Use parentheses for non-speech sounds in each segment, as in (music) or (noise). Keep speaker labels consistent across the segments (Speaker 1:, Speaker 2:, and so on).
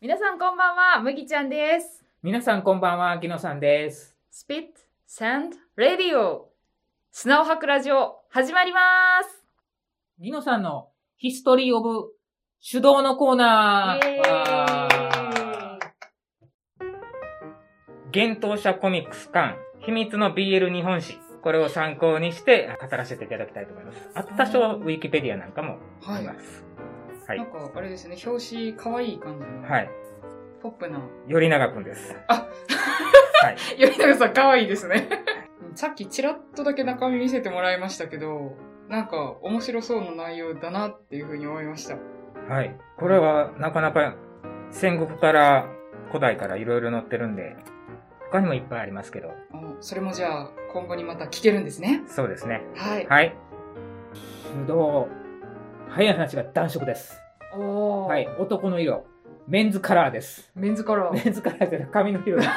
Speaker 1: 皆さんこんばんは、麦ちゃんです。
Speaker 2: 皆さんこんばんは、きのさんです。
Speaker 1: スピット、サンド、レディオ、砂を吐くラジオ、始まります。
Speaker 2: ギノさんのヒストリーオブ手動のコーナ
Speaker 1: イエーイ
Speaker 2: ー。わー幻冬舎コミックス館、秘密の BL 日本史。これを参考にして語らせていただきたいと思います。あったしょウィキペディアなんかもあ
Speaker 3: は
Speaker 2: り
Speaker 3: い。
Speaker 2: ます。はい。
Speaker 3: なんか、あれですね、表紙、可愛い感じの、
Speaker 2: はい。
Speaker 3: ポップな。
Speaker 2: より長くんです。
Speaker 3: あ
Speaker 2: はい。
Speaker 3: 頼永さん、可愛いですね。 (laughs) さっき、ちらっとだけ中身見せてもらいましたけど、なんか、面白そうな内容だなっていうふうに思いました。
Speaker 2: はい。これはなかなか戦国から古代からいろいろ載ってるんで、他にもいっぱいありますけど、
Speaker 3: あそれもじゃあ、今後にまた聞けるんですね。
Speaker 2: そうですね。
Speaker 3: はい。
Speaker 2: はい。手動。早い話が暖色です。
Speaker 1: おー。
Speaker 2: はい。男の色。メンズカラーです。
Speaker 3: メンズカラ
Speaker 1: (laughs)
Speaker 3: ー。
Speaker 2: (laughs) メンズカラーじゃない、髪の色です。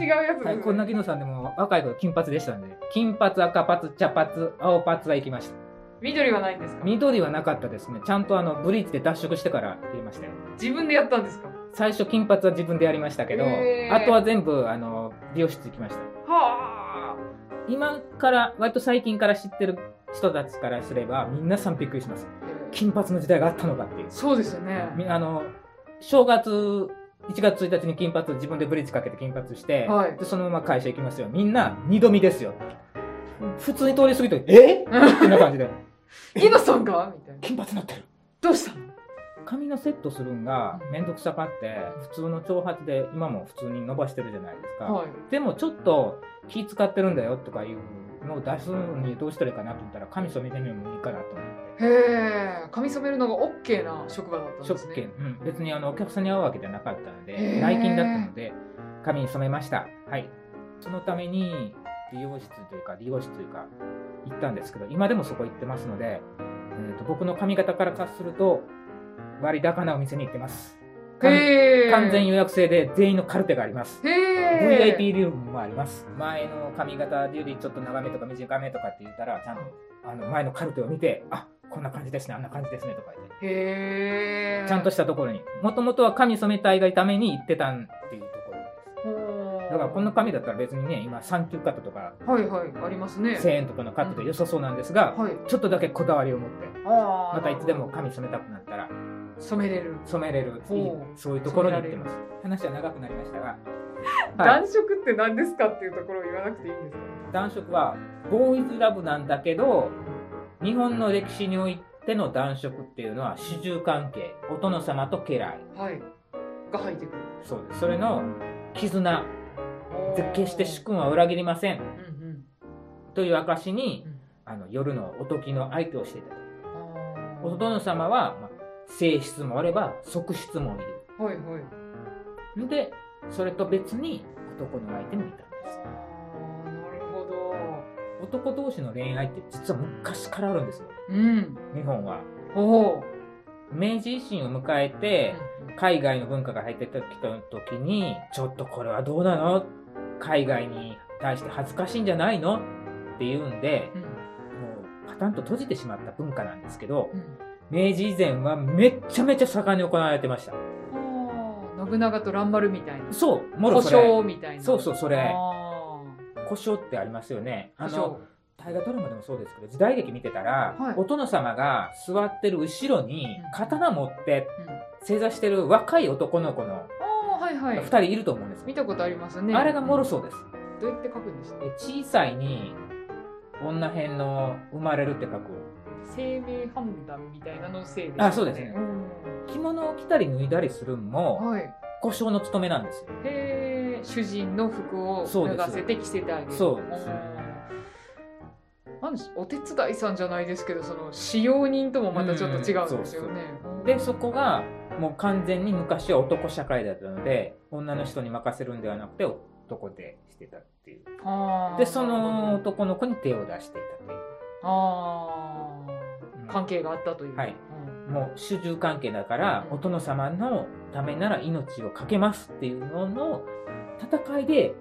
Speaker 3: 違うやつです、
Speaker 2: (laughs) はい。こんな木野さんでも若い頃金髪でしたんで、金髪、赤髪、茶髪、青髪は行きました。
Speaker 3: 緑はないんですか
Speaker 2: 緑はなかったですね。ちゃんとあの、ブリーチで脱色してから入れましたよ。
Speaker 3: 自分でやったんですか
Speaker 2: 最初金髪は自分でやりましたけど、
Speaker 3: へー
Speaker 2: あとは全部あの、美容室行きました。
Speaker 3: は
Speaker 2: 今から、割と最近から知ってる人たちからすれば、みんなさんびっくりします。
Speaker 3: あ。
Speaker 2: 金髪の時代があったのかっていう。
Speaker 3: そうですよね。
Speaker 2: みあの、正月、1月1日に金髪、自分でブリッジかけて金髪して、
Speaker 3: はい
Speaker 2: で、そのまま会社行きますよ。みんな、二度見ですよ。普通に通り過ぎて、えってな感じで、
Speaker 3: ギノさんがみたいな。
Speaker 2: (laughs) 金髪になってる。
Speaker 3: どうしたの
Speaker 2: 髪のセットするんがめんどくさかって、普通の長髪で今も普通に伸ばしてるじゃないですか。
Speaker 3: はい。
Speaker 2: でもちょっと気使ってるんだよとかいうのを出すのにどうしたらいいかなと思ったら、髪染めてみるのもいいかなと思って。
Speaker 3: へえ、髪染めるのがオッケーな職場だったん
Speaker 2: シ
Speaker 3: で
Speaker 2: ョッ
Speaker 3: す
Speaker 2: ク
Speaker 3: ね。
Speaker 2: 券、うん、別にあのお客さんに会うわけじゃなかったの
Speaker 3: へ
Speaker 2: で
Speaker 3: ー
Speaker 2: 内勤だったので髪に染めましたはいそのために美容室というか理容室というか行ったんですけど今でもそこ行ってますので、えー、と僕の髪型からかすると割高なお店に行ってます完
Speaker 3: へえ。
Speaker 2: 完全予約制で全員のカルテがあります
Speaker 3: へえ。
Speaker 2: VIP ルームもあります前の髪型よりちょっと長めとか短めとかって言ったらちゃんとあの前のカルテを見てあこんな感じですねあんな感じですねとか言って
Speaker 3: へえ。
Speaker 2: ちゃんと
Speaker 3: し
Speaker 2: したところに。もともとは髪染めたいがために行ってたんっていうところです。
Speaker 3: だ
Speaker 2: だからこの髪だったら別にね、今3級カットとか
Speaker 3: はいはい、ありますね。
Speaker 2: 1000円とかのカットで良さそうなんですが、
Speaker 3: はい。
Speaker 2: ちょっとだけこだわりを持って、
Speaker 3: あー
Speaker 2: またいつでも髪染めたくなったら
Speaker 3: 染めれる。
Speaker 2: 染めれる、
Speaker 3: ほう
Speaker 2: いいそういうところに行ってます。話は長くなりまし
Speaker 3: (laughs)
Speaker 2: たが、はい、
Speaker 3: 暖色って何ですかっていうところを言わなくていいんですか
Speaker 2: 暖色はボーイズラブなんだけど、日本の歴史においての暖色っていうのは主従関係、お殿様と家来。
Speaker 3: はい。が入ってくる。
Speaker 2: そうです。それの絆、決して主君は裏切りません。
Speaker 3: うんうん。
Speaker 2: という証に
Speaker 3: うん、
Speaker 2: あの夜のおときの相手をしていたと。
Speaker 3: あー
Speaker 2: お殿様は、まあ、性質もあれば側室もい
Speaker 3: はいはい。
Speaker 2: る。で、それと別に男の相手もいたん
Speaker 3: あ
Speaker 2: です。
Speaker 3: ーなるほど。
Speaker 2: 男同士の恋愛って実は昔からあるんですよ。
Speaker 3: うん。
Speaker 2: 日本は。
Speaker 3: おお。
Speaker 2: 明治維新を迎えて、海外の文化が入ってきた時に、ちょっとこれはどうなの海外に対して恥ずかしいんじゃないのっていうんで、
Speaker 3: うん
Speaker 2: もうパタンと閉じてしまった文化なんですけど、
Speaker 3: うん
Speaker 2: 明治以前はめっちゃめちゃ盛んに行われてました。
Speaker 3: あー信長と蘭丸みたいな。
Speaker 2: そう、もろ
Speaker 3: 故
Speaker 2: それ。
Speaker 3: 障みたいな。
Speaker 2: そうそう、それ。
Speaker 3: あ
Speaker 2: 故障ってありますよね。
Speaker 3: あ。
Speaker 2: あ
Speaker 3: 故障
Speaker 2: の、。大河ドラマでもそうですけど、時代劇見てたら、
Speaker 3: はい
Speaker 2: お殿様が座ってる後ろに
Speaker 3: うん
Speaker 2: 刀持って
Speaker 3: うん
Speaker 2: 正座してる若い男の子の
Speaker 3: ああ、はいはい。
Speaker 2: 二人いると思うんです。
Speaker 3: 見たことありますね。
Speaker 2: あれがもろそうです。
Speaker 3: どうやって書くんでした
Speaker 2: え小さいに女編の生まれるって書く。
Speaker 3: 生命判断みたいなのせいで
Speaker 2: あそうですね
Speaker 3: ん
Speaker 2: 着物を着たり脱いだりするんも、
Speaker 3: はい。へ
Speaker 2: 故障の務めなんですよ。
Speaker 3: え、主人の服を
Speaker 2: そ
Speaker 3: 脱
Speaker 2: うです
Speaker 3: がせて着せてあげる。
Speaker 2: そうです
Speaker 3: うんなんでしお手伝いさんじゃないですけど、その使用人ともまたちょっと違うんですよね。
Speaker 2: でそこがもう完全に昔は男社会だったので女の人に任せるんではなくて男でしてたっていう
Speaker 3: あー
Speaker 2: でその、男の子に手を出していたとい
Speaker 3: あ
Speaker 2: うん
Speaker 3: あ、関係があったという。
Speaker 2: はい
Speaker 3: うん
Speaker 2: うもう主従関係だから
Speaker 3: うん
Speaker 2: お殿様のためなら命を懸けますっていうのの戦いで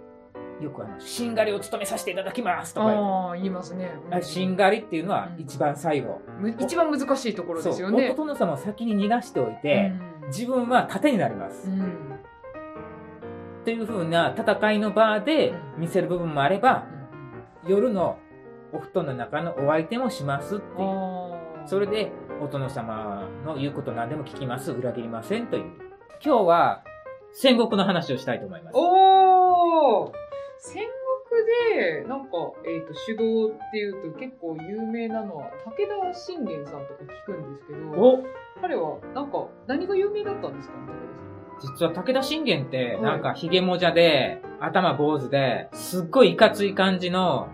Speaker 2: よくあの「しんがりを務めさせていただきます」とか言って
Speaker 3: ああ、言いますね。うん
Speaker 2: あしんがりっていうのは一番最後、
Speaker 3: む一番難しいところですよ
Speaker 2: そうお
Speaker 3: ね。
Speaker 2: お殿様を先に逃がしておいて、
Speaker 3: うん
Speaker 2: 自分は盾になります。
Speaker 3: うん。
Speaker 2: というふうな戦いの場で見せる部分もあれば、夜のお布団の中のお相手もしますっていう。
Speaker 3: ああ。
Speaker 2: それで、お殿様の言うこと何でも聞きます、裏切りませんという。今日は戦国の話をしたいと思います。
Speaker 3: おお戦国で、なんか、えっ、と、主導っていうと結構有名なのは、武田信玄さんとか聞くんですけど、
Speaker 2: お
Speaker 3: 彼は、なんか、何が有名だったんですかね、
Speaker 2: 実は武田信玄っ
Speaker 3: は
Speaker 2: て、
Speaker 3: い
Speaker 2: なんかひげもじゃで、頭坊主で、すっごいいかつい感じの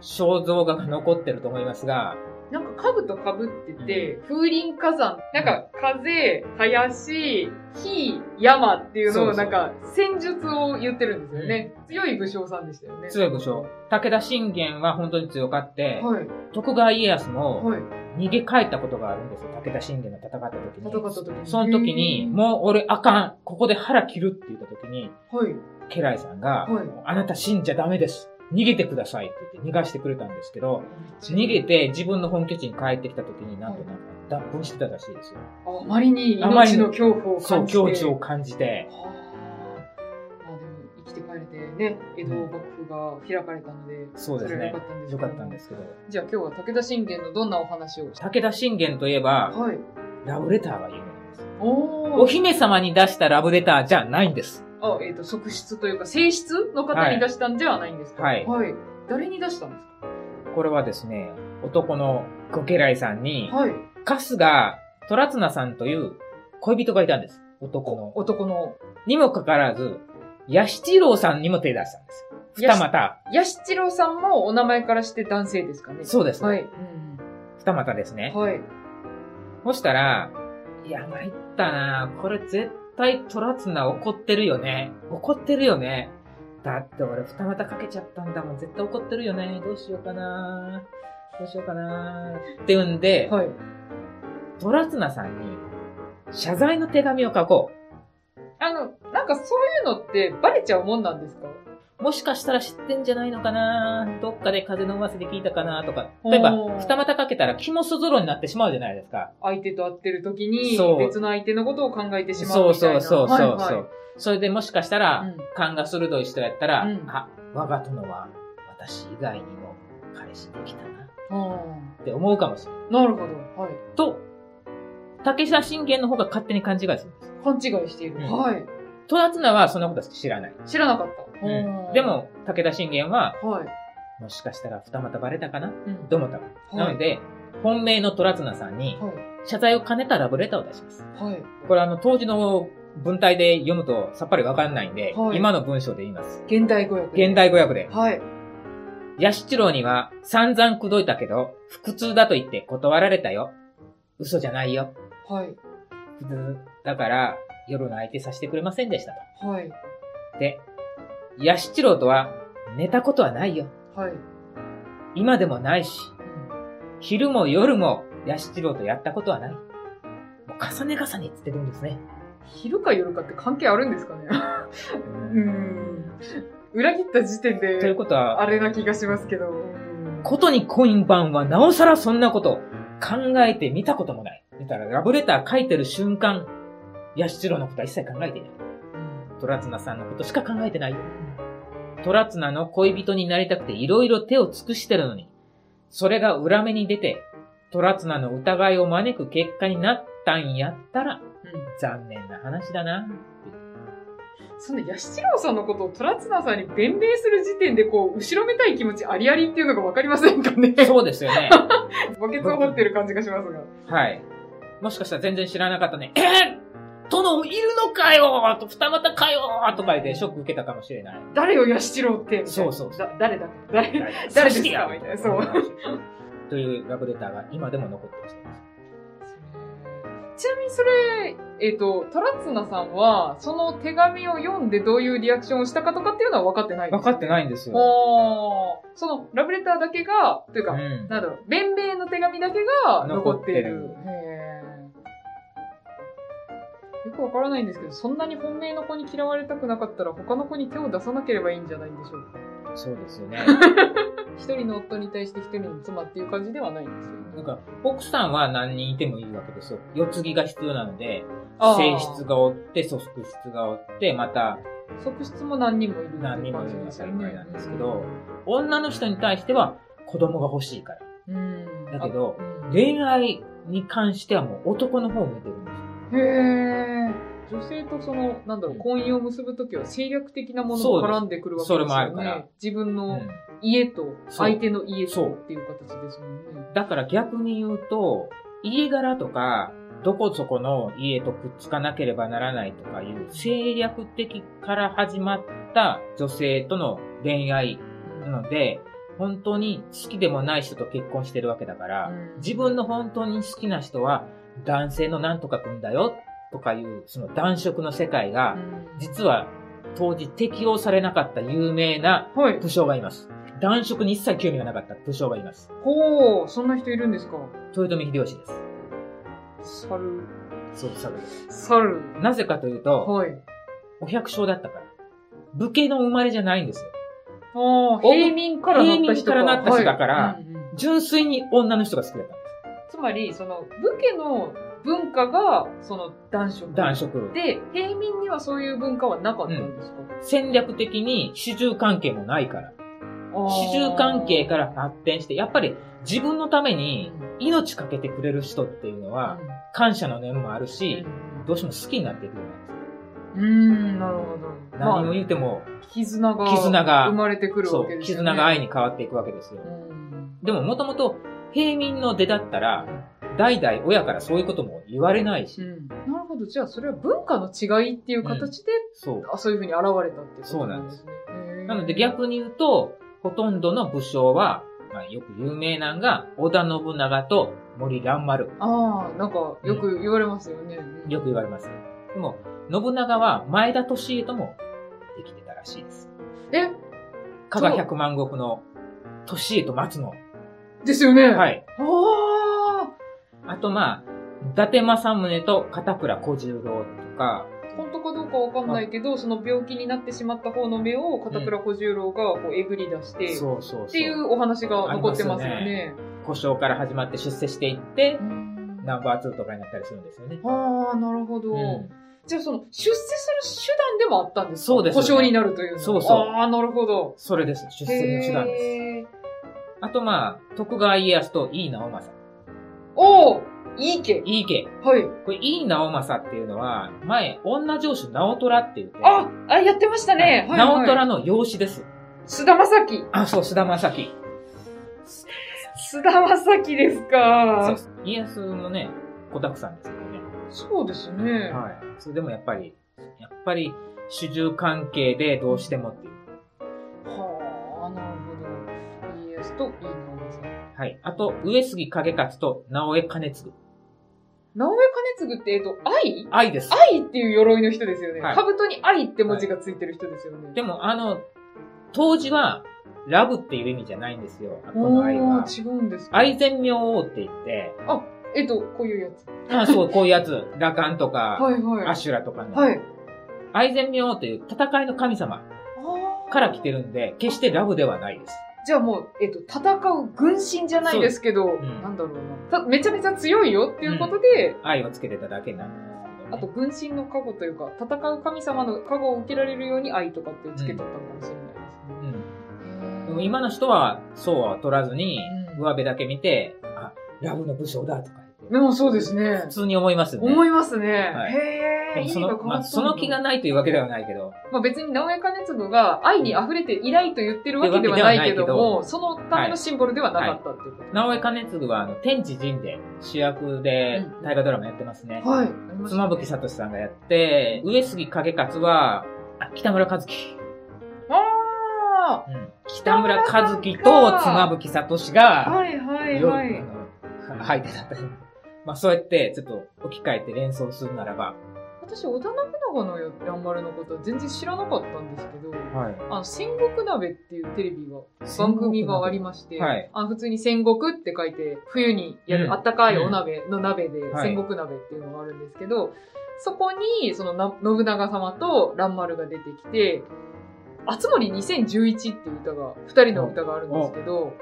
Speaker 2: 肖像画が残ってると思います
Speaker 3: 武田
Speaker 2: が、
Speaker 3: さんなんか、兜かぶってて、風林火山、なんか、風、林、火、山っていうの
Speaker 2: そ
Speaker 3: を、
Speaker 2: うそう
Speaker 3: なんか、戦術を言ってるんですよね。強い武将さんでしたよね。
Speaker 2: 強い武将。武田信玄は本当に強かって、
Speaker 3: はい。
Speaker 2: 徳川家康も
Speaker 3: はい。
Speaker 2: 逃げ帰ったことがあるんですよ。武田信玄が戦った時に。
Speaker 3: 戦った時に。
Speaker 2: その時に、もう俺あかん。ここで腹切るって言った時に、
Speaker 3: う。はい。
Speaker 2: 家来さんが、
Speaker 3: はい
Speaker 2: あなた死んじゃダメです。逃げてくださいって言って逃がしてくれたんですけど、逃げて自分の本拠地に帰ってきた時になんとなんか脱粉してたらしいですよ。
Speaker 3: あまりに
Speaker 2: あま
Speaker 3: 命
Speaker 2: りに
Speaker 3: の恐怖を
Speaker 2: そう、
Speaker 3: 感じて。
Speaker 2: 境地を感じて。
Speaker 3: はあまあでも生きて帰れてね、江戸幕府が開かれたので、
Speaker 2: そうです
Speaker 3: れは良
Speaker 2: ね
Speaker 3: かったんですけど
Speaker 2: よかったんですけど。
Speaker 3: じゃあ今日は武田信玄のどんなお話を
Speaker 2: 武田信玄といえば、
Speaker 3: はい。
Speaker 2: ラブレターが有名なんです。
Speaker 3: お
Speaker 2: お
Speaker 3: お。
Speaker 2: 姫様に出したラブレターじゃないんです。
Speaker 3: あ、えっ、と、側室というか、正室の方に出したんではないんですか、
Speaker 2: はい
Speaker 3: はい。誰に出したんです
Speaker 2: これはですね、男のご家来さんに
Speaker 3: か、はい。
Speaker 2: 春日虎綱さんという恋人がいたんです。男の。
Speaker 3: 男の、
Speaker 2: にもかかわらず、ヤシチロウさんにも手出したんですよ。二
Speaker 3: ヤシ
Speaker 2: 股。
Speaker 3: ヤシチロさんもお名前からして男性ですかね。
Speaker 2: そうです。
Speaker 3: はい。
Speaker 2: 二股ですね。
Speaker 3: はい。
Speaker 2: そしたら、いや、参ったなこれ絶対トラツナ怒ってるよね。怒ってるよね。だって俺二股かけちゃったんだもん。絶対怒ってるよね。どうしようかなどうしようかなって言うんで、
Speaker 3: はい。
Speaker 2: トラツナさんに謝罪の手紙を書こ
Speaker 3: あの、なんかそういうのってバレちゃうもんなんですか
Speaker 2: う。もしかしたら知ってんじゃないのかなどっかで風の噂で聞いたかなとか。例えば
Speaker 3: お、ー
Speaker 2: 二股かけたら肝そぞろになってしまうじゃないですか。
Speaker 3: 相手と会ってる時に
Speaker 2: そう、
Speaker 3: 別の相手のことを考えてしま
Speaker 2: そうう
Speaker 3: みたい
Speaker 2: そ
Speaker 3: な。
Speaker 2: うそうそうそう。
Speaker 3: はいはい
Speaker 2: それでもしかしたら、
Speaker 3: うん
Speaker 2: 勘が鋭い人やったら、
Speaker 3: うん
Speaker 2: あ、我が殿は私以外にも彼氏できたな
Speaker 3: あ
Speaker 2: って思うかもしれない。
Speaker 3: あ、なるほど。はい。
Speaker 2: と、竹下信玄の方が勝手に勘違いするんです。
Speaker 3: 勘違いしている。
Speaker 2: うん
Speaker 3: はい。
Speaker 2: 戸田綱はそんなことは知らない。
Speaker 3: 知らなかった。
Speaker 2: うん
Speaker 3: はあ
Speaker 2: で、も、武田信玄は、
Speaker 3: はい。
Speaker 2: もしかしたら二股バレたかな
Speaker 3: うん
Speaker 2: どもたか。なので、本命の戸田綱さんに、
Speaker 3: は
Speaker 2: 謝罪を兼ねたラブレターを出します。
Speaker 3: い。はい。
Speaker 2: これあの、当時の文体で読むとさっぱりわかんないんで、
Speaker 3: はい
Speaker 2: 今の文章で言います。
Speaker 3: 現代語訳。
Speaker 2: 現代語訳で。
Speaker 3: はい。
Speaker 2: ヤシチロウには散々口説いたけど、腹痛だと言って断られたよ。嘘じゃないよ。
Speaker 3: はい。
Speaker 2: 普通だから、夜の相手させてくれませんでしたと。
Speaker 3: はい。
Speaker 2: で、ヤシチロウとは寝たことはないよ。
Speaker 3: はい。
Speaker 2: 今でもないし、昼も夜もヤシチロウとやったことはない。もう重ね重ねって言ってるんですね。
Speaker 3: 昼か夜かって関係あるんですかねうん。裏切った時点
Speaker 2: という
Speaker 3: で、
Speaker 2: ことは、
Speaker 3: あれな気がしますけど。うん
Speaker 2: ことに今晩はなおさらそんなこと考えてみたこともない。見たらラブレター書いてる瞬間、ヤシチロウのことは一切考えていない。トラツナさんのことしか考えてないよ。トラツナの恋人になりたくていろいろ手を尽くしてるのに、それが裏目に出て、トラツナの疑いを招く結果になったんやったら、
Speaker 3: うん
Speaker 2: 残念な話
Speaker 3: (laughs)
Speaker 2: だな。
Speaker 3: そのヤシチロウさんのことをトラツナーさんに弁明する時点で、こう、後ろめたい気持ちありありっていうのがわかりませんかね
Speaker 2: そうですよね。
Speaker 3: バケツを掘ってる感じがしますが。
Speaker 2: はい。もしかしたら全然知らなかったね。えー、殿いるのかよあと二股かよとか言ってショック受けたかもしれない。
Speaker 3: 誰よ、ヤシチロウって。
Speaker 2: そうそうそう
Speaker 3: だ誰だ誰
Speaker 2: 誰
Speaker 3: (laughs) 誰ですかみたいな。そう。
Speaker 2: というラブレターが今でも残ってます。
Speaker 3: ちなみにそれ、えっ、と、トラツナさんは、その手紙を読んでどういうリアクションをしたかとかっていうのは分かってない
Speaker 2: 分かって
Speaker 3: い。
Speaker 2: ないんですよ。
Speaker 3: おーその、ラブレターだけが、というか、
Speaker 2: うん
Speaker 3: なんだろう、弁明の手紙だけが残っている。
Speaker 2: 残っ
Speaker 3: へーよくわからないんですけど、そんなに本命の子に嫌われたくなかったら、他の子に手を出さなければいいんじゃないんでしょうか。
Speaker 2: そうですよね。
Speaker 3: 一人の夫に対して一人の妻っていう感じではないんですよね。
Speaker 2: なんか、奥さんは何人いてもいいわけですよ。四つ木が必要なので、
Speaker 3: あー
Speaker 2: 性質がおって、素質がおって、また
Speaker 3: 側室も何人もいるって
Speaker 2: 何
Speaker 3: い
Speaker 2: 人
Speaker 3: う感
Speaker 2: もい
Speaker 3: じ
Speaker 2: るみ
Speaker 3: です
Speaker 2: た
Speaker 3: よ
Speaker 2: い
Speaker 3: ね。
Speaker 2: なんですけど、女の人に対しては子供が欲しいから。
Speaker 3: うん。
Speaker 2: だけど
Speaker 3: あ、うんへ
Speaker 2: 恋愛に関してはもう男の方を見てるんですよ。
Speaker 3: え。女性とその、なんだろ
Speaker 2: う
Speaker 3: う、
Speaker 2: ん
Speaker 3: 婚姻を結ぶときは政略的なものも絡んでくるわけです
Speaker 2: そう
Speaker 3: よね。
Speaker 2: ですそれもあるから
Speaker 3: 自分の
Speaker 2: うん
Speaker 3: 家と
Speaker 2: そう
Speaker 3: 相手の家
Speaker 2: そ
Speaker 3: と
Speaker 2: う
Speaker 3: っていう形ですもんね。
Speaker 2: だから逆に言うと、家柄とか、どこそこの家とくっつかなければならないとかいう政略的から始まった女性との恋愛なので、本当に好きでもない人と結婚してるわけだから、
Speaker 3: うん
Speaker 2: 自分の本当に好きな人は男性のなんとか君だよとかいう、その男色の世界が、実は当時適用されなかった有名な
Speaker 3: はい。
Speaker 2: 武将がいます。男色に一切興味がなかった武将がいます。
Speaker 3: ほう、そんな人いるんですか
Speaker 2: 豊臣秀吉です。
Speaker 3: 猿。
Speaker 2: そうです、そうです。
Speaker 3: 猿。
Speaker 2: なぜかというと、
Speaker 3: はい。
Speaker 2: お百姓だったから。武家の生まれじゃないんですよ。
Speaker 3: ああ、平民からなった人か
Speaker 2: 平民からなった人だから
Speaker 3: はいうんうん
Speaker 2: 純粋に女の人が好きだったんで
Speaker 3: つまり、その、武家の文化が、その、男色。
Speaker 2: す。男色。
Speaker 3: で、平民にはそういう文化はなかったんですか、
Speaker 2: 戦略的に主従関係もないから。
Speaker 3: あー
Speaker 2: 主従関係から発展して、やっぱり自分のために命かけてくれる人っていうのは、感謝の念もあるし、どうしても好きになっていくじゃないですか。
Speaker 3: うん、うんなるほど。
Speaker 2: 何を
Speaker 3: ま
Speaker 2: 言っても、
Speaker 3: あ、絆が、
Speaker 2: 絆が
Speaker 3: 生まれてくる
Speaker 2: そ
Speaker 3: わけ
Speaker 2: う、
Speaker 3: ですよね。
Speaker 2: 絆が愛に変わっていくわけですよ。
Speaker 3: うん。
Speaker 2: でももともと平民の出だったら、代々親からそういうことも言われないし、
Speaker 3: うんなるほど。じゃあ、それは文化の違いっていう形で、
Speaker 2: そう。
Speaker 3: あそういうふうに現れたっていうことなんですね。
Speaker 2: なので逆に言うと、ほとんどの武将は、まあ、よく有名なのが、織田信長と森蘭丸。
Speaker 3: ああ、なんか、よく言われますよね。
Speaker 2: よく言われます。でも、信長は前田利家ともできてたらしいです。
Speaker 3: え、
Speaker 2: 加賀百万石の利家と松野。
Speaker 3: ですよね。。
Speaker 2: はいい。
Speaker 3: あ
Speaker 2: あと、まあ、伊達政宗と片倉小十郎と
Speaker 3: あ、
Speaker 2: か、
Speaker 3: 本当かどうかわかんないけど、その病気になってしまった方の目を片倉小十郎がこうえぐり出して、
Speaker 2: そうそうそう。
Speaker 3: っていうお話が残ってますよね。
Speaker 2: 故障から始まって出世していって、
Speaker 3: うん
Speaker 2: ナンバー2とかになったりするんですよね。
Speaker 3: ああ、なるほど。
Speaker 2: うん
Speaker 3: じゃあ、その、出世する手段でもあったんですか
Speaker 2: そうですよね
Speaker 3: 故障になるというのは
Speaker 2: そうそう
Speaker 3: ああ、なるほど。
Speaker 2: それです。出世の手段です。
Speaker 3: へー
Speaker 2: あとまあ、徳川家康と井伊直政。
Speaker 3: おおいいけ。
Speaker 2: 井伊家。
Speaker 3: はい。
Speaker 2: これ、井伊直政っていうのは、前、女上司直虎って言って、
Speaker 3: あ、あ、やってましたね。はい、はい。
Speaker 2: 直虎の養子です。
Speaker 3: 須田まさき。
Speaker 2: あ、そう、菅田将暉。
Speaker 3: 須田まさきですか。
Speaker 2: そう家康もね、子沢山ですけどね。
Speaker 3: そうですね。
Speaker 2: はい。それでもやっぱり、やっぱり、主従関係でどうしてもっていう。
Speaker 3: はあ、なるほど。家康と井伊直政。
Speaker 2: はい。あと、上杉景勝と直江兼次。
Speaker 3: 直江兼次って、えっと、愛
Speaker 2: 愛です。
Speaker 3: 愛っていう鎧の人ですよね。
Speaker 2: はい
Speaker 3: 兜に愛って文字がついてる人ですよね。
Speaker 2: でも、あの、当時は、ラブっていう意味じゃないんですよ。こ
Speaker 3: お
Speaker 2: の愛は。
Speaker 3: ー、違うんですか
Speaker 2: 愛全明王って言って、
Speaker 3: えっと、こういうやつ。
Speaker 2: あそう、こういうやつ。 (laughs) ラカンとか、
Speaker 3: はいはい。
Speaker 2: アシュラとかの。
Speaker 3: はい。
Speaker 2: アイゼン明王という戦いの神様
Speaker 3: あー
Speaker 2: から来てるんで、決してラブではないです。
Speaker 3: じゃあもう、えっと、戦う軍神じゃないですけど、
Speaker 2: ん
Speaker 3: なんだろうなた。めちゃめちゃ強いよっていうことで、
Speaker 2: 愛をつけてただけなんですけど、ね。
Speaker 3: あと、軍神の加護というか、戦う神様の加護を受けられるように愛とかってつけとったのかもしれないですね。
Speaker 2: うん。
Speaker 3: へ
Speaker 2: で
Speaker 3: ー
Speaker 2: も今の人は、そうは取らずに、
Speaker 3: うん
Speaker 2: 上辺だけ見て、あ、ラブの武将だとか言って、
Speaker 3: でもそうですね
Speaker 2: 普。通に思いますよね。
Speaker 3: 思いますね。
Speaker 2: はい
Speaker 3: へえ、
Speaker 2: でも
Speaker 3: 意
Speaker 2: そ
Speaker 3: 味が変
Speaker 2: の、
Speaker 3: わった
Speaker 2: ま
Speaker 3: んだ
Speaker 2: あ、その気がないというわけではないけど、
Speaker 3: まあ別に直江兼次が愛に溢れていないと言ってるわけではないけども、そのためのシンボルではなかったっていうこと。
Speaker 2: 直江兼次は、あの、天地人で主役で
Speaker 3: うん
Speaker 2: 大河ドラマやってますね。
Speaker 3: はい。
Speaker 2: 妻夫木聡さんがやって、上杉景勝は、あ北村和樹。
Speaker 3: あ
Speaker 2: 北村和樹と妻夫木聡が、
Speaker 3: あはいはい
Speaker 2: よ
Speaker 3: はい。
Speaker 2: あの、相手だったり。まあそうやって、ちょっと置き換えて連想するならば。
Speaker 3: 私、織田信長のやんまるのことは全然知らなかったんですけど、
Speaker 2: はい。
Speaker 3: あの、戦国鍋っていうテレビが、番組がありまして、
Speaker 2: はい
Speaker 3: あの普通に戦国って書いて、冬にやる、
Speaker 2: うん
Speaker 3: あったかいお鍋の鍋で、
Speaker 2: はい
Speaker 3: 戦国鍋っていうのがあるんですけど、そこに、そのな、信長様と蘭丸が出てきて、熱森2011っていう歌が、二人の歌があるんですけど、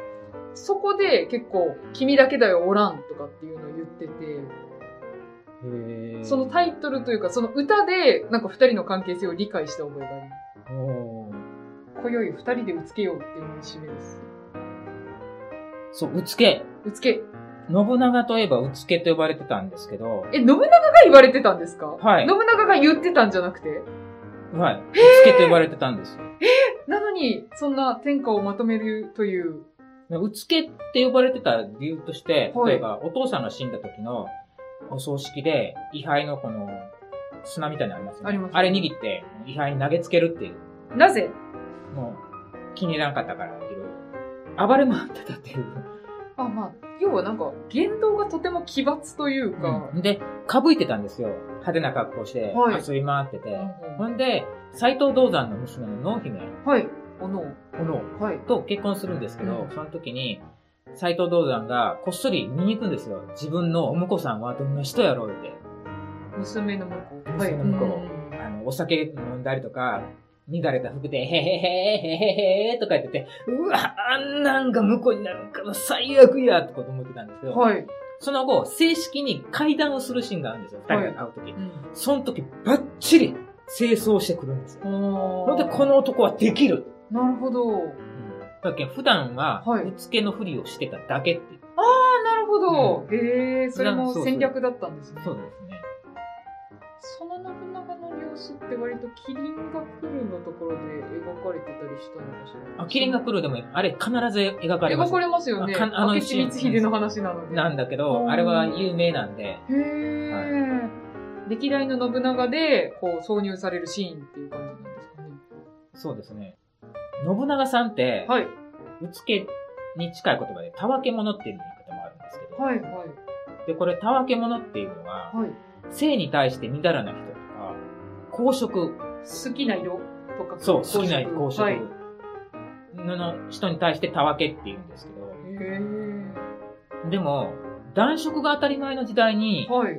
Speaker 3: そこで結構、君だけだよ、おらんとかっていうのを言ってて、
Speaker 4: へえ
Speaker 3: そのタイトルというか、その歌で、なんか二人の関係性を理解した覚えがあります。
Speaker 4: おー
Speaker 3: 今宵二人でうつけようっていう締めです。
Speaker 2: そう、うつけ。
Speaker 3: うつけ。
Speaker 2: 信長といえばうつけと呼ばれてたんですけど、
Speaker 3: え、信長が言われてたんですか
Speaker 2: はい。
Speaker 3: 信長が言ってたんじゃなくて
Speaker 2: はい。うつけと呼ばれてたんですよ。
Speaker 3: なのに、そんな天下をまとめるという。
Speaker 2: うつけって呼ばれてた理由として、
Speaker 3: はい
Speaker 2: 例えばお父さんが死んだ時のお葬式で、位牌のこの砂みたいなのありますよね。
Speaker 3: あります
Speaker 2: あれ握って、位牌に投げつけるっていう、
Speaker 3: なぜ
Speaker 2: もう気に入らなかったから、いろいろ。暴れ回ってたっていう。
Speaker 3: あ、まあ、要はなんか、言動がとても奇抜というか、
Speaker 2: うんで、かぶいてたんですよ。派手な格好して
Speaker 3: はい、
Speaker 2: 遊び回ってて。
Speaker 3: うん
Speaker 2: ほんで、斎藤道山の娘の濃姫、
Speaker 3: はい、おのう
Speaker 2: この
Speaker 3: はい。
Speaker 2: と結婚するんですけど、
Speaker 3: うん
Speaker 2: その時に、斎藤道山がこっそり見に行くんですよ。自分のお婿さんはどんな人やろうって。
Speaker 3: 娘の向こう。
Speaker 2: 娘の向こう
Speaker 3: うん
Speaker 2: あの、お酒飲んだりとか、乱れた服で、へへへへへへへとか言ってて、うわ、あんなんが向こうになるから最悪やってこと思ってたんですけど、
Speaker 3: はい。
Speaker 2: その後、正式に会談をするシーンがあるんですよ。二人が会う時、
Speaker 3: うん
Speaker 2: その時、ばっちり清掃してくるんですよ。ほ
Speaker 3: あ
Speaker 2: んで、
Speaker 3: ー
Speaker 2: この男はできる。
Speaker 3: なるほど。
Speaker 2: だけど普段は、
Speaker 3: はいう
Speaker 2: つけのふりをしてただけっていう。
Speaker 3: あ、なるほど。へえ、それも
Speaker 2: そうそう
Speaker 3: 戦略だったんですね。
Speaker 2: そうですね。
Speaker 3: その信長の様子って割とキリンが来るのところで描かれてたりしたのかしら。
Speaker 2: あ、キリンが来るでも、あれ必ず描かれま
Speaker 3: 描
Speaker 2: す
Speaker 3: か。れますよね。
Speaker 2: あかあの
Speaker 3: 明智光秀の話なので。
Speaker 2: なんだけど、あれは有名なんで、
Speaker 3: へえ、歴代の信長で、こう、挿入されるシーンっていう感じなんですかね。
Speaker 2: そうですね。信長さんって、
Speaker 3: はい。
Speaker 2: うつけに近い言葉で、たわけ者っていう言い方もあるんですけど、
Speaker 3: はい、はい、
Speaker 2: で、これ、たわけ者っていうのは、
Speaker 3: はい。
Speaker 2: 性に対して乱らない人とか、公職、
Speaker 3: 好きな色とか。
Speaker 2: そう、好きな公職
Speaker 3: はい。へ
Speaker 2: の人に対してたわけって言うんですけど、
Speaker 3: え。
Speaker 2: でも、男色が当たり前の時代に、
Speaker 3: はい、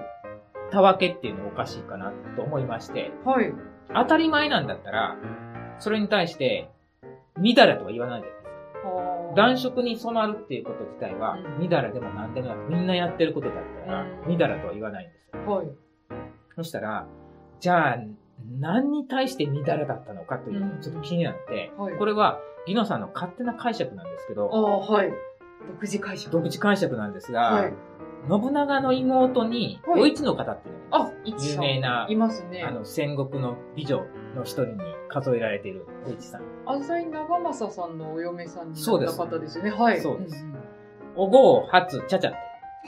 Speaker 2: たわけっていうのはおかしいかなと思いまして、
Speaker 3: はい。
Speaker 2: 当たり前なんだったら、それに対して、みだらとは言わないじゃないですか。
Speaker 3: あー
Speaker 2: 暖色に染まるっていうこと自体は、
Speaker 3: うん
Speaker 2: みだらでも何でもなく、みんなやってることだったら、
Speaker 3: うん
Speaker 2: みだらとは言わないんですよ。
Speaker 3: はい。
Speaker 2: そしたら、じゃあ、何に対してみだらだったのかというのがちょっと気になって、
Speaker 3: うんはい
Speaker 2: これは、ギノさんの勝手な解釈なんですけ
Speaker 3: ああ、
Speaker 2: ど、
Speaker 3: はい。独自解釈。
Speaker 2: 独自解釈なんですが、
Speaker 3: はい。
Speaker 2: 信長の妹に、
Speaker 3: はい
Speaker 2: お市の方っていうのが
Speaker 3: あ、一
Speaker 2: 有名ない
Speaker 3: ますね
Speaker 2: あ。の、戦国の美女の一人に数えられているお市さん。
Speaker 3: 浅井長政さんのお嫁さんに
Speaker 2: そう
Speaker 3: なっ
Speaker 2: で
Speaker 3: た
Speaker 2: す
Speaker 3: 方ですよね。はい。
Speaker 2: そうです
Speaker 3: んん
Speaker 2: おごう、初、ちゃちゃって。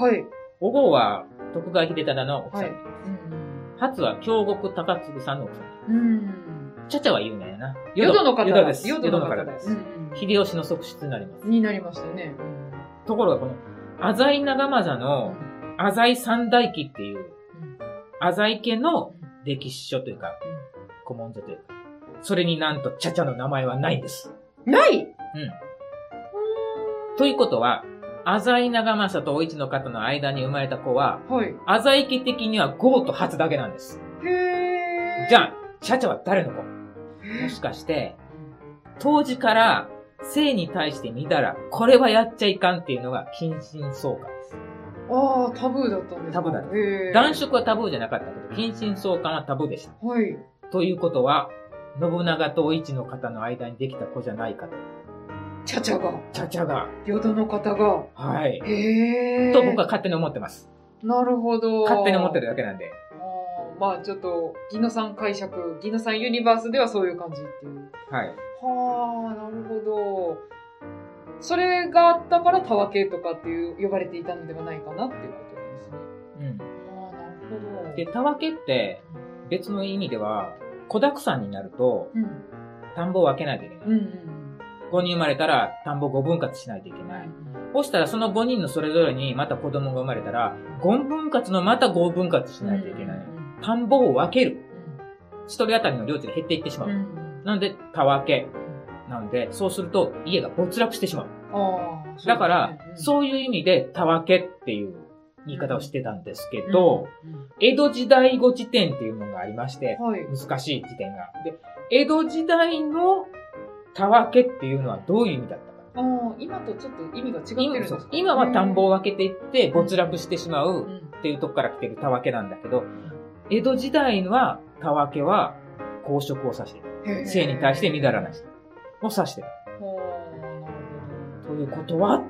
Speaker 3: はい。
Speaker 2: おごうは、徳川秀忠の奥さん。
Speaker 3: はいうん
Speaker 2: 初は、京極高次さんの奥さ
Speaker 3: う
Speaker 2: ん。
Speaker 3: ん。うん。
Speaker 2: ちゃちゃは有名やな。
Speaker 3: 淀の方
Speaker 2: 淀です。
Speaker 3: 淀の方
Speaker 2: 淀
Speaker 3: で。
Speaker 2: です
Speaker 3: うんうん
Speaker 2: 秀吉の側室になります。
Speaker 3: になりましたね。
Speaker 2: ところが、この、浅井長政
Speaker 3: うん
Speaker 2: の、浅井三大記っていう、
Speaker 3: うん
Speaker 2: 浅井家の歴史書というか、古文書というか、それになんと、ちゃちゃの名前はないんです。
Speaker 3: ない
Speaker 2: ということは、浅井長政とお市の方の間に生まれた子は、
Speaker 3: はい。
Speaker 2: 浅井家的にはゴーと初だけなんです。
Speaker 3: へー
Speaker 2: じゃあ、チャチャは誰の子もしかして、当時から性に対して見たら、これはやっちゃいかんっていうのが近親相関です。
Speaker 3: ああ、タブーだったんですか
Speaker 2: タブーだった
Speaker 3: へー
Speaker 2: 男色はタブーじゃなかったけど、近親相関はタブーでした。
Speaker 3: はい。
Speaker 2: ということは、信長とお市の方の間にできた子じゃないかと。
Speaker 3: チャチャが、
Speaker 2: チャチャが。
Speaker 3: 淀の方が。
Speaker 2: はい。
Speaker 3: へえ。
Speaker 2: と僕は。勝手に思ってます。
Speaker 3: なるほど。
Speaker 2: 勝手に思ってるだけなんで。
Speaker 3: あー。まあちょっと、ギノさん解釈、ギノさんユニバースではそういう感じっていう。
Speaker 2: はい。
Speaker 3: はあ、なるほど。それがあったから、たわけとかっていう、呼ばれていたのではないかなっていうことなんですね。
Speaker 2: うん。
Speaker 3: ああ、なるほど。
Speaker 2: で、たわけって別の意味では、子沢山になると、
Speaker 3: うん、
Speaker 2: 田んぼを分けないといけない。
Speaker 3: うん、うん。
Speaker 2: 5人生まれたら田んぼ5分割しないといけ
Speaker 3: うん
Speaker 2: ない。そしたらその5人のそれぞれにまた子供が生まれたら、5分割のまた5分割しないといけない。
Speaker 3: うん
Speaker 2: 田んぼを分ける。一人当たりの領地が減っていってしま
Speaker 3: うんう
Speaker 2: う。
Speaker 3: ん
Speaker 2: なので、田分け。なので、そうすると家が没落してしまう。
Speaker 3: ああ、
Speaker 2: だから、
Speaker 3: う
Speaker 2: そういう意味で田分けっていう言い方をしてたんですけ
Speaker 3: ですね
Speaker 2: ど、、
Speaker 3: うん
Speaker 2: 江戸時代語辞典っていうのがありまして、
Speaker 3: はい。
Speaker 2: 難しい辞典が。で、江戸時代の田分けっていうのはどういう意味だったか。
Speaker 3: あー今とちょっと意味が違ってるん
Speaker 2: 今
Speaker 3: です
Speaker 2: そ
Speaker 3: か
Speaker 2: う今は田んぼを分けていっ
Speaker 3: う
Speaker 2: て
Speaker 3: ん
Speaker 2: 没落してしま
Speaker 3: う
Speaker 2: うんっていうとこから来てる田分けなんだけど、江戸時代は田分けは公職を指している。
Speaker 3: へー
Speaker 2: 性に対してみだらない人を指してる。
Speaker 3: ほ
Speaker 2: ということは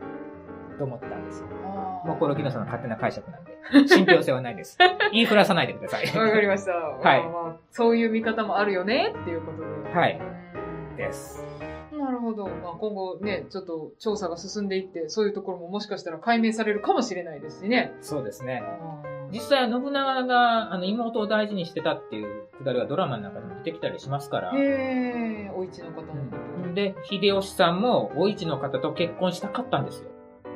Speaker 2: と思ったんですよ。
Speaker 3: ーなるほどあー
Speaker 2: もうこれ、木野さんの勝手な解釈なんで、信憑性はない
Speaker 3: (laughs)
Speaker 2: です。言いふらさないでください。
Speaker 3: わかりました。
Speaker 2: はい
Speaker 3: まあまあそういう見方もあるよねっていうことで。
Speaker 2: はい
Speaker 3: うん
Speaker 2: です。
Speaker 3: なるほど。まあ、今後ね、ちょっと調査が進んでいって、そういうところももしかしたら解明されるかもしれないですしね。
Speaker 2: そうですね。
Speaker 3: あ
Speaker 2: 実際、信長があの妹を大事にしてたっていうくだりはドラマの中でも出てきたりしますから
Speaker 3: ー。へえ、お市の方のこと。
Speaker 2: で、秀吉さんも、お市の方と結婚したかったんですよ。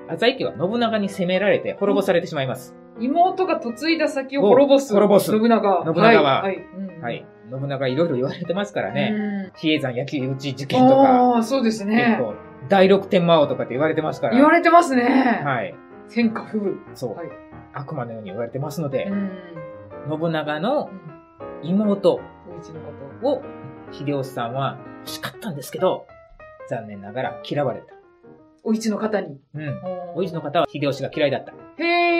Speaker 2: 浅井家は信長に攻められて滅ぼされてしまいます。
Speaker 3: 妹が嫁いだ先を滅ぼす。
Speaker 2: お滅ぼす
Speaker 3: 信長。
Speaker 2: 信長は
Speaker 3: はい。うん
Speaker 2: はい。。信長いろいろ言われてますからね。
Speaker 3: ね。
Speaker 2: 比叡山焼き討ち事件とか、
Speaker 3: ああ、そうです
Speaker 2: 結
Speaker 3: ね。
Speaker 2: 構、第六天魔王とかって言われてますから。
Speaker 3: 言われてますね。
Speaker 2: はい。
Speaker 3: 天下不武。
Speaker 2: そう、
Speaker 3: はい
Speaker 2: 悪魔のように言われてますので、
Speaker 3: うん。
Speaker 2: 信長の妹
Speaker 3: お市の方。
Speaker 2: を秀吉さんは欲しかったんですけど、残念ながら嫌われた。
Speaker 3: お市の方に。
Speaker 2: うん。
Speaker 3: お
Speaker 2: お市の方は秀吉が嫌いだった。
Speaker 3: へえ。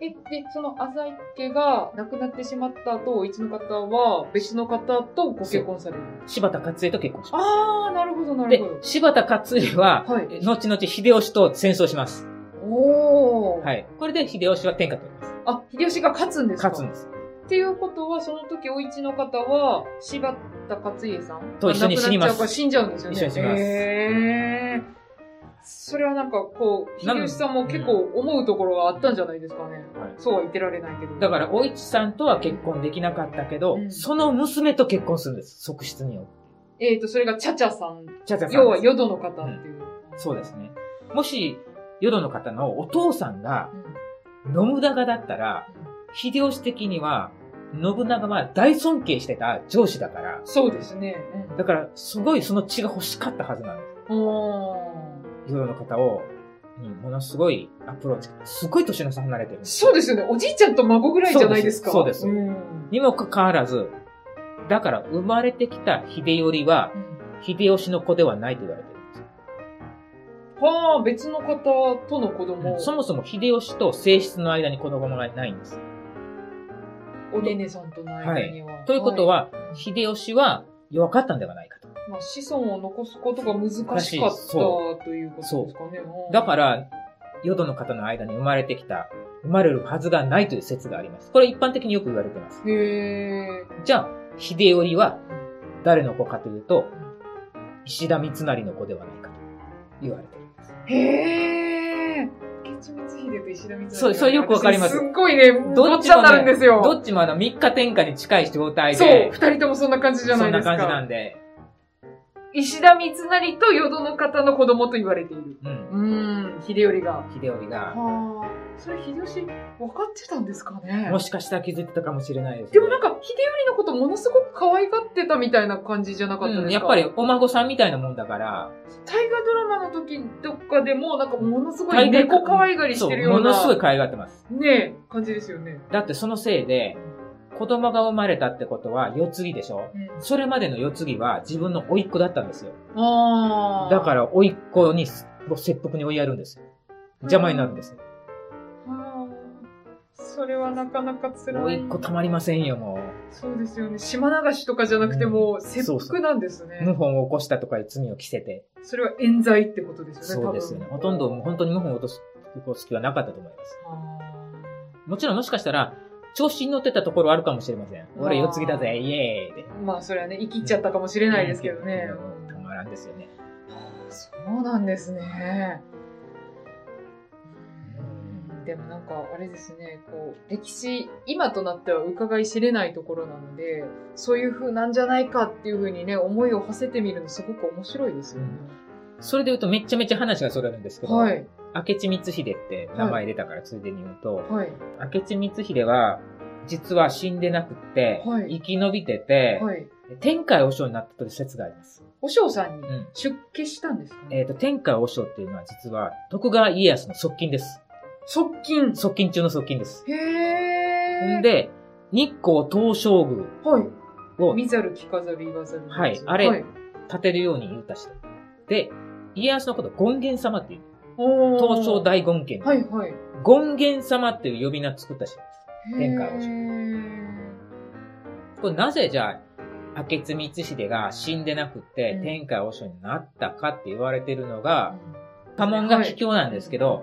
Speaker 3: え、で、その浅井家が亡くなってしまった後、お一の方は別の方とご結婚される。
Speaker 2: 柴田勝家と結婚します。
Speaker 3: あー、なるほど、なる
Speaker 2: で
Speaker 3: ほど、。
Speaker 2: 柴田勝家は、
Speaker 3: はい
Speaker 2: 後々秀吉と戦争します。
Speaker 3: おー。
Speaker 2: はい。これで秀吉は天下取ります。
Speaker 3: あ、秀吉が勝つんですか
Speaker 2: 勝つんです。
Speaker 3: っていうことは、その時、お一の方は、柴田勝家さん
Speaker 2: と一緒に死にます
Speaker 3: 亡くなっちゃうから死んじゃうんですよね。
Speaker 2: 一緒に死にます
Speaker 3: へー。それはなんか、こう、
Speaker 2: なの
Speaker 3: 秀吉さんも結構思うところがあったんじゃないですかね。
Speaker 2: はい
Speaker 3: そうは言ってられないけど。
Speaker 2: だから、お市さんとは結婚できなかったけど、
Speaker 3: うん
Speaker 2: その娘と結婚するんです。側室によって。
Speaker 3: えっ、と、それがチャチャさん
Speaker 2: ちゃちゃさんです
Speaker 3: 要は淀の方っていう。
Speaker 2: そうですね。もし、淀の方のお父さんが信長だったら、秀吉的には、信長は大尊敬してた上司だから、
Speaker 3: そうですね。うん
Speaker 2: だから、すごいその血が欲しかったはずなんです。
Speaker 3: お
Speaker 2: 淀の方を、にものすごいアプローチ。すごい年の差離れてるん
Speaker 3: ー
Speaker 2: です。
Speaker 3: そうですよね。おじいちゃんと孫ぐらいじゃないですか。
Speaker 2: そうですそうで
Speaker 3: ん
Speaker 2: にもかかわらず、だから生まれてきた秀頼は、秀吉の子ではないと言われてるんですよ。
Speaker 3: はあ、別の方との子供。
Speaker 2: そもそも秀吉と正室の間に子供がいないんです。
Speaker 3: おねねさんとの間には。
Speaker 2: ということは、
Speaker 3: い
Speaker 2: 秀吉は弱かったんではないかと。
Speaker 3: まあ、子孫を残すことが難しかっ
Speaker 2: 難しい
Speaker 3: た
Speaker 2: そ
Speaker 3: ということですかね。うん
Speaker 2: だから、淀の方の間に生まれてきた、生まれるはずがないという説があります。これ一般的によく言われてます。
Speaker 3: へ
Speaker 2: じゃあ、秀頼は誰の子かというと、石田三成の子ではないかと言われている。
Speaker 3: え。へえ。月光秀と石田三成
Speaker 2: そうそうよくわかります
Speaker 3: 私すっごいね、ごっちゃになるんですよ。
Speaker 2: どっちもあの、三日天下に近い状態
Speaker 3: そう、
Speaker 2: で、
Speaker 3: 二人ともそんな感じじゃ
Speaker 2: そ
Speaker 3: なんいで
Speaker 2: な
Speaker 3: すか。
Speaker 2: 感じなんで、
Speaker 3: 石田三成と淀の方の子供と言われている。
Speaker 2: うん。
Speaker 3: うーん、秀頼が。
Speaker 2: 秀頼が、
Speaker 3: はあ、それ秀吉分かってたんですかね
Speaker 2: もしかしたら気づいてたかもしれないです、ね。
Speaker 3: でもなんか、秀頼のことものすごく可愛がってたみたいな感じじゃなかったですか、
Speaker 2: うん、やっぱり。お孫さんみたいなもんだから、
Speaker 3: 大河ドラマの時とかでも、なんかものすご
Speaker 2: 大
Speaker 3: い
Speaker 2: 河
Speaker 3: 猫可愛がりしてるよ
Speaker 2: そううものすごい
Speaker 3: な、
Speaker 2: 可愛がってます。
Speaker 3: ねえ、感じですよね。
Speaker 2: だってそのせいで、子供が生まれたってことは世継ぎでしょ
Speaker 3: うん、
Speaker 2: それまでの世継ぎは自分の甥っ子だったんですよ。
Speaker 3: あ
Speaker 2: だから甥っ子に、もう切腹に追いやるんですよ。邪魔になるんですよ。
Speaker 3: ら、はあそれはなかなか辛
Speaker 2: 甥
Speaker 3: い
Speaker 2: っ。子たまりませんよ、も
Speaker 3: そうですよね。島流しとかじゃなくても、切
Speaker 2: そうそ
Speaker 3: 腹
Speaker 2: う
Speaker 3: なんですね。
Speaker 2: う。謀反を起こしたとかいう罪を着せて。
Speaker 3: それは冤罪ってことですよね、
Speaker 2: そうですよね。ほとんどもう本当に謀反を落とす隙はなかったと思います。
Speaker 3: 多分。
Speaker 2: もちろんもしかしたら、調子に乗ってたところはあるかもしれません。俺世継ぎだぜ、イエーイで。
Speaker 3: あーまあ、それはね、生きちゃったかもしれないですけどね。
Speaker 2: うんたまらんですよね。
Speaker 3: そうなんですね。でもなんか、あれですね、こう、歴史、今となっては伺い知れないところなので、そういう風なんじゃないかっていう風にね、思いを馳せてみるのすごく面白いですよね。
Speaker 2: それで言うとめっちゃめちゃ話がそれるんですけど、
Speaker 3: はい、
Speaker 2: 明智光秀って名前出たからついでに言うと、
Speaker 3: はい、
Speaker 2: 明智光秀は、実は死んでなくって、
Speaker 3: はい
Speaker 2: 生き延びてて、
Speaker 3: はい。
Speaker 2: 天海和尚になったという説があります。
Speaker 3: お尚さんに
Speaker 2: うん
Speaker 3: 出家したんですかね、
Speaker 2: えっ、と、天海和尚っていうのは実は、徳川家康の側近です。
Speaker 3: 側近。
Speaker 2: 側近中の側近です。
Speaker 3: へー。、
Speaker 2: で、日光東照宮
Speaker 3: はい。
Speaker 2: を
Speaker 3: 見ざる聞かざる言わざる。
Speaker 2: はいあれ
Speaker 3: はい。
Speaker 2: 立てるように言った人。で、家康のこと、権現様っていう。
Speaker 3: おー
Speaker 2: 東照大権現。
Speaker 3: はいはい。
Speaker 2: 権現様っていう呼び名作った人。天下を
Speaker 3: へー
Speaker 2: これなぜじゃあ、明智光秀が死んでなくって
Speaker 3: うん
Speaker 2: 天下和尚になったかって言われてるのが、家紋が桔梗なんですけど、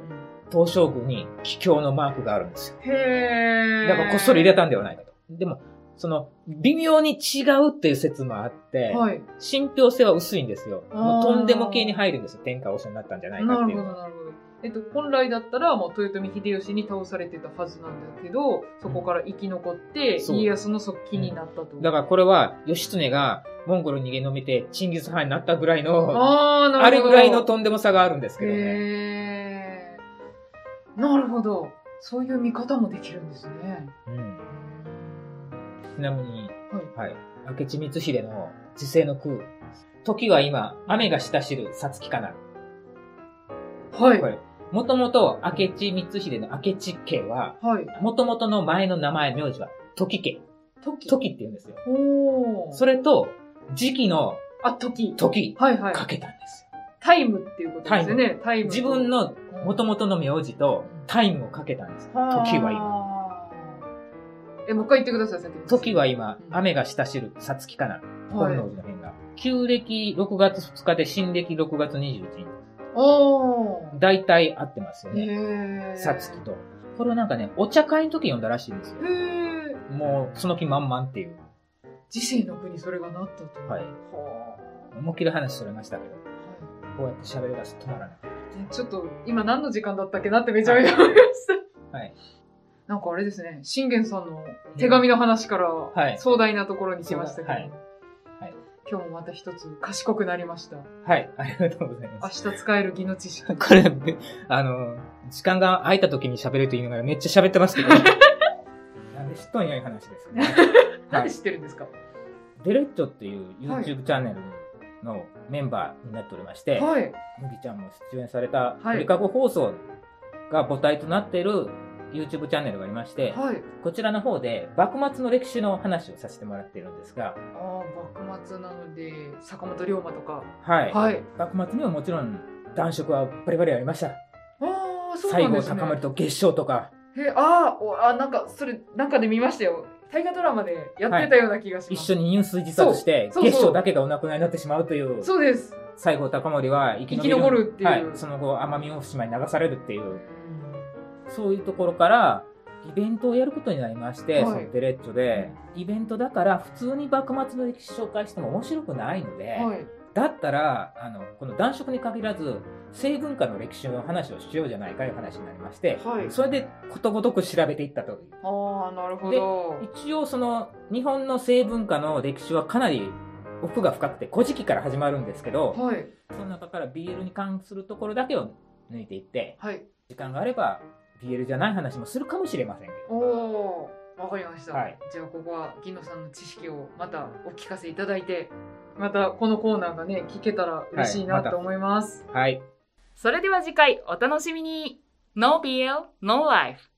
Speaker 2: 東照宮に桔梗のマークがあるんですよ。
Speaker 3: へえ。
Speaker 2: だからこっそり入れ
Speaker 3: た。
Speaker 2: たんではないかと。でも、その、微妙に違うっていう説もあって、
Speaker 3: はい。
Speaker 2: 信憑性は薄いんですよ。も
Speaker 3: あー
Speaker 2: うとんでも系に入るんですよ。天下和尚になったんじゃないか
Speaker 3: な
Speaker 2: ってい
Speaker 3: る
Speaker 2: う
Speaker 3: ほ
Speaker 2: の
Speaker 3: ど
Speaker 2: は。
Speaker 3: なるほど。えっと、本来だったら、まあ、豊臣秀吉に倒されてたはずなんだけど、そこから生き残って、
Speaker 2: そう
Speaker 3: 家康の側近になったと。
Speaker 2: だからこれは、義経がモンゴルに逃げ延びてチンギス・ハンになったぐらいの、
Speaker 3: ああ、なるほど。
Speaker 2: あれぐらいのとんでも差があるんですけどね。
Speaker 3: へーなるほど。そういう見方もできるんですね。
Speaker 2: うんちなみに、
Speaker 3: は
Speaker 2: はい。明智光秀の自世の空。時は今、雨がしたしるさつきかな。
Speaker 3: はい。
Speaker 2: こ
Speaker 3: はい。
Speaker 2: れ、もともと明智光秀の明智家は、
Speaker 3: はい、
Speaker 2: もともとの前の名前、名字は、時家。
Speaker 3: 時。
Speaker 2: 時って言うんですよ。
Speaker 3: おー
Speaker 2: それと、時期の
Speaker 3: あ、時。
Speaker 2: 時、
Speaker 3: はいはい。
Speaker 2: かけたんですよ。
Speaker 3: タイムっていうことですよね。タイムと。
Speaker 2: 自分の元々の名字と
Speaker 3: うん
Speaker 2: タイムをかけたんです。時
Speaker 3: はー
Speaker 2: は今。。
Speaker 3: え、もう一回言ってください、先に。
Speaker 2: 時は今、
Speaker 3: うん
Speaker 2: 雨がしたしる、さつきかな。
Speaker 3: はい
Speaker 2: 本能寺の変が。旧暦6月2日で、新暦6月21日。
Speaker 3: おー。
Speaker 2: 大体合ってますよね。
Speaker 3: へー
Speaker 2: さつきと。これをなんかね、お茶会の時読んだらしいんですよ
Speaker 3: へ。ー
Speaker 2: もう、その気満々っていう。
Speaker 3: 時世の国それがなったと。
Speaker 2: はい
Speaker 3: は
Speaker 2: 思いっきり話それましたけど、
Speaker 3: ー
Speaker 2: こうやって喋り出すと止まらない。
Speaker 3: ねちょっと、今何の時間だったっけなってめちゃめちゃ思いました。
Speaker 2: はい。
Speaker 3: なんかあれですね、信玄さんの手紙の話から、
Speaker 2: い
Speaker 3: 壮大なところに来ましたけど、
Speaker 2: はいはい
Speaker 3: 今日もまた一つ賢くなりました。
Speaker 2: はい、ありがとうございます。
Speaker 3: 明日使える技の知
Speaker 4: (laughs)
Speaker 3: 識。
Speaker 2: これ、べあの、時間が空いた時に喋ると言いながらめっちゃ喋ってますけど。
Speaker 4: なんで知っとんやいう話ですね。
Speaker 3: なんで知ってるんですか
Speaker 4: デレッチョっていう YouTube
Speaker 3: はい
Speaker 4: チャンネルのメンバーになっておりまして、
Speaker 3: はい。
Speaker 4: 麦ちゃんも出演された
Speaker 3: い
Speaker 4: 鳥かご放送が母体となっている YouTube チャンネルがありまして、
Speaker 3: はい。
Speaker 4: こちらの方で幕末の歴史の話をさせてもらっているんです
Speaker 3: あ
Speaker 4: が、
Speaker 3: あ、幕末なので、坂本龍馬とか。
Speaker 4: はい。
Speaker 3: はい。
Speaker 4: 幕末にはもちろん男色はバリバリありました。
Speaker 3: ああ、そう
Speaker 4: 西
Speaker 3: なん
Speaker 4: 郷
Speaker 3: です
Speaker 4: 隆
Speaker 3: ね。
Speaker 4: 盛と月賞とか、
Speaker 3: え、あーおあ、なんか、それ、なんかで見ましたよ。大河ドラマでやってたような気がしま
Speaker 4: 一
Speaker 3: す。
Speaker 4: 緒に入水自殺して
Speaker 3: そうそうそう
Speaker 4: 月賞だけがお亡くなりになってしまうという、
Speaker 3: そうです。
Speaker 4: 西郷隆盛は生き延びる
Speaker 3: 生き残るっていう
Speaker 4: はい、その後奄美大島に流されるっていう。そういうところから、イベントをやることになりまして、
Speaker 3: はい
Speaker 4: そのデレッチョで、イベントだから普通に幕末の歴史紹介しても面白くないので、
Speaker 3: はい。
Speaker 4: だったら、あの、この男色に限らず、性文化の歴史の話をしようじゃないかいう話になりまして、
Speaker 3: はい
Speaker 4: それでことごとく調べていったという。
Speaker 3: ああ、なるほど。
Speaker 4: 一応その、日本の性文化の歴史はかなり奥が深くて、古事記から始まるんですけど、
Speaker 3: はい。
Speaker 4: その中から BL に関するところだけを抜いていって、
Speaker 3: はい。
Speaker 4: 時間があれば BL じゃない話もするかもしれませんけど。
Speaker 3: おおー、わかりました。
Speaker 4: はい
Speaker 3: じゃあ、ここは、ギノさんの知識をまたお聞かせいただいて、またこのコーナーがね、聞けたら嬉しいな
Speaker 2: は
Speaker 3: い
Speaker 2: また
Speaker 3: と思います。
Speaker 2: はい。
Speaker 1: それでは次回お楽しみに No BL, No Life